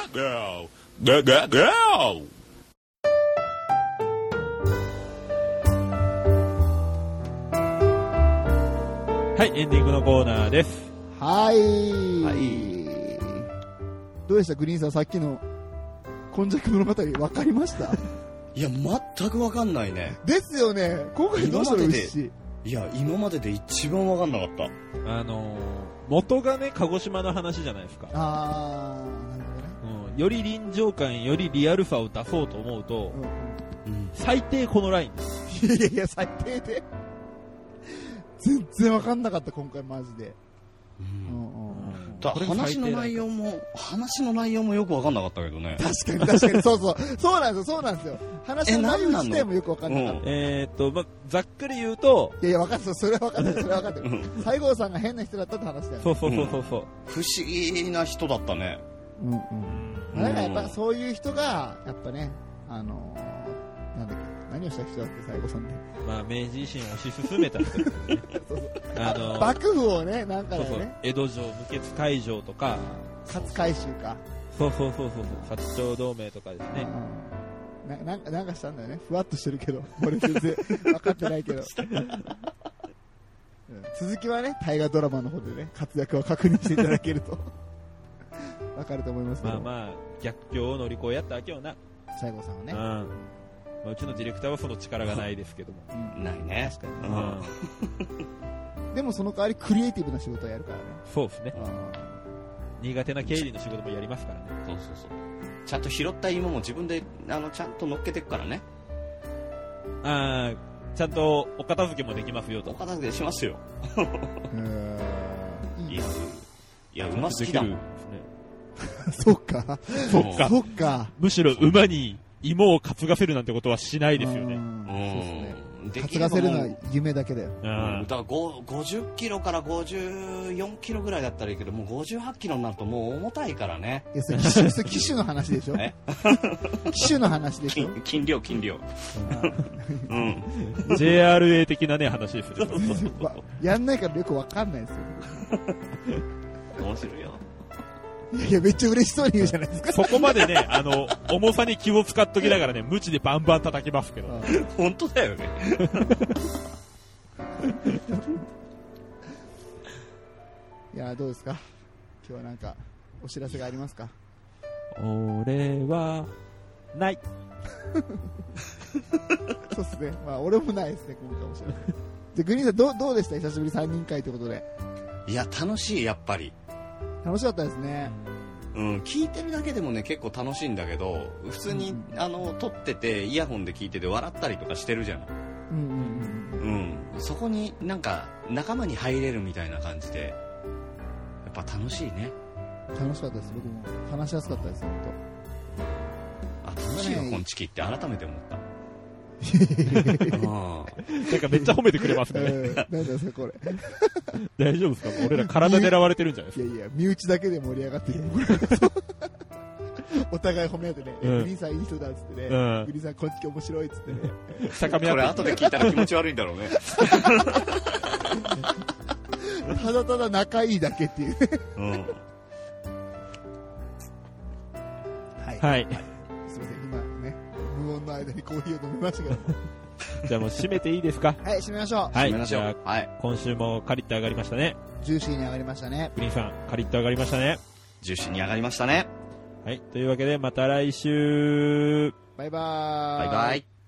Speaker 2: はい、エンディングのコーナーです。
Speaker 1: はい。
Speaker 3: は
Speaker 1: どうでしたグリーンさん、さっきの、今昔物語分かりました
Speaker 3: いや、全くわかんないね。
Speaker 1: ですよね。今回どうしたの
Speaker 3: 今までで
Speaker 1: 牛。
Speaker 3: いや、今までで一番わかんなかった。
Speaker 2: あのー、元がね、鹿児島の話じゃないですか。
Speaker 1: あー、なる
Speaker 2: うんより臨場感、よりリアルさを出そうと思うと
Speaker 1: ほ、どね。
Speaker 3: うん。
Speaker 2: 最低このラインです。
Speaker 1: うん、いやいや、最低で。全然分かんなかった、今回マジで。うんうんうんうん
Speaker 3: だ
Speaker 2: これが最
Speaker 3: 話
Speaker 2: 低
Speaker 3: の
Speaker 2: ライン
Speaker 3: 内容も、話の内容もよくわかんなかったけどね。
Speaker 1: 確かに確かに、そうそう。そうなんですよ、そうなんですよ。話の内容自体もよくわかんなかった。
Speaker 3: う
Speaker 1: い
Speaker 3: ん
Speaker 2: えーっと、ま、ざっくり言うと、
Speaker 1: やいや、わかってる、それはわかってる、それはわかってる。西郷さんが変な人だったって話だよね。
Speaker 2: そうそうそうそうそう。
Speaker 3: 不思議な人だったね。
Speaker 1: うんうん。だからやっぱそういう人が、やっぱね、あのー、なんだっけ、何をした人だっけ、西郷さんって。
Speaker 2: まあ、明治維新を推し進めた人ですね。あのー、
Speaker 1: 幕府をね、なんか
Speaker 2: そう
Speaker 1: だ
Speaker 2: そ
Speaker 1: よ
Speaker 2: う
Speaker 1: ね、、
Speaker 2: 江戸城無血開城とか、
Speaker 1: 勝海舟か。
Speaker 2: そうそうそうそう、そう薩長同盟とかですね。
Speaker 1: うんななんかなんかしたんだよね。ふわっとしてる けど、俺全然分かってないけど。うん続きはね、大河ドラマの方でね、活躍を確認していただけると、 分かると思いますけ
Speaker 2: ま
Speaker 1: ど、
Speaker 2: あまあ、逆境を乗り越えやったわけよな。
Speaker 1: 西郷さんは
Speaker 2: う
Speaker 1: ね
Speaker 2: ん。。まあうちのディレクターはその力がないですけども。
Speaker 1: うん
Speaker 3: ないね。
Speaker 1: 確か
Speaker 2: う
Speaker 1: にね
Speaker 2: ん。
Speaker 1: でもその代わりクリエイティブな仕事をやるからね。
Speaker 2: そうですね。
Speaker 1: あ
Speaker 2: 苦手な経理の仕事もやりますからね。
Speaker 3: そうそうそう。ちゃんと拾った芋も自分で、あの、ちゃんと乗っけてくからね。
Speaker 2: あーちゃんとお片付けもできますよ
Speaker 3: お
Speaker 2: と。
Speaker 3: 片付けしますよ。
Speaker 1: うん
Speaker 3: いいっす。いや、馬好きだも
Speaker 2: で
Speaker 3: ん
Speaker 2: き。るです ね
Speaker 1: そっか。
Speaker 3: そ
Speaker 2: っか
Speaker 1: そっか。
Speaker 2: むしろ馬に芋を担がせるなんてことはしないですよ
Speaker 1: う
Speaker 2: ね。
Speaker 1: ん
Speaker 3: う
Speaker 1: そうですね。
Speaker 3: ん。で
Speaker 1: 担
Speaker 3: き
Speaker 1: がせるの
Speaker 3: も
Speaker 1: は
Speaker 3: う
Speaker 1: 夢だけだよ。
Speaker 2: あ
Speaker 3: だからご50キロから54キロぐらいだったらいいけど、もう58キロになるともう重たいからね。
Speaker 1: いや、それ機種、それ機種の話でしょ
Speaker 3: え
Speaker 1: 機種の話でしょ
Speaker 3: 金金量、金量。うん。
Speaker 2: ー JRA 的なね、話ですよ。
Speaker 1: わやんないからよくわかんないですよ。
Speaker 3: 面白いよ。
Speaker 1: いや、めっちゃ嬉しそうに言うじゃないですか。
Speaker 2: そこまでね、あの、重さに気を使っときながらね、無知でバンバン叩きますけど。
Speaker 3: 本当だよね。
Speaker 1: いや、どうですか今日はなんか、お知らせがありますか
Speaker 2: 俺は、ない。
Speaker 1: そうですね。まあ、俺もないですね、今回もしれない。で、グリーンさん、どうどうでした久しぶり3人会ということで。
Speaker 3: いや、楽しい、やっぱり。
Speaker 1: 楽しかったですね。
Speaker 3: うん、聞いてるだけでもね、結構楽しいんだけど、普通に、あの、撮ってて、イヤホンで聞いてて笑ったりとかしてるじゃん。
Speaker 1: うんうんうん
Speaker 3: うん。そこになんか、仲間に入れるみたいな感じで、やっぱ楽しいね。
Speaker 1: うん。楽しかったです、僕も。話しやすかったです、本当。
Speaker 3: あ、楽しいよ、
Speaker 1: ね
Speaker 3: こんちきって改めて思 った。
Speaker 2: なんかめっちゃ褒めてくれますね。
Speaker 1: えー、なんだそれこれ。
Speaker 2: 大丈夫ですか俺ら体狙われてるんじゃない
Speaker 1: い
Speaker 2: で
Speaker 1: やいや、身内だけで盛り上がってる。 お互い褒め合ってね、
Speaker 2: うん
Speaker 1: グリーンさんいい人だっつってね、
Speaker 2: うん
Speaker 1: グリーンさんこっち面白いっつってね、
Speaker 2: すか高
Speaker 3: こ
Speaker 2: め合
Speaker 3: れ
Speaker 2: って
Speaker 3: 後で聞いたら気持ち悪いんだろうね。
Speaker 1: ただただ仲いいだけっていう。
Speaker 3: うん。
Speaker 1: はい
Speaker 2: はい。
Speaker 1: すいません、今ね、無音の間にコーヒーを飲みましたけど。
Speaker 2: じゃあもう締めていいですか
Speaker 1: はい、締めましょう。
Speaker 2: はい
Speaker 3: やめ。まし
Speaker 2: じ
Speaker 3: ょう
Speaker 2: ゃあ、
Speaker 3: はい。
Speaker 2: 今週もカリッと上がりましたね。
Speaker 1: ジューシーに上がりましたね。
Speaker 2: グリーンさん、カリッと上がりましたね。
Speaker 3: 重視に上がりましたね。
Speaker 2: はい。というわけで、また来週。
Speaker 1: バイバー
Speaker 3: バイバイ。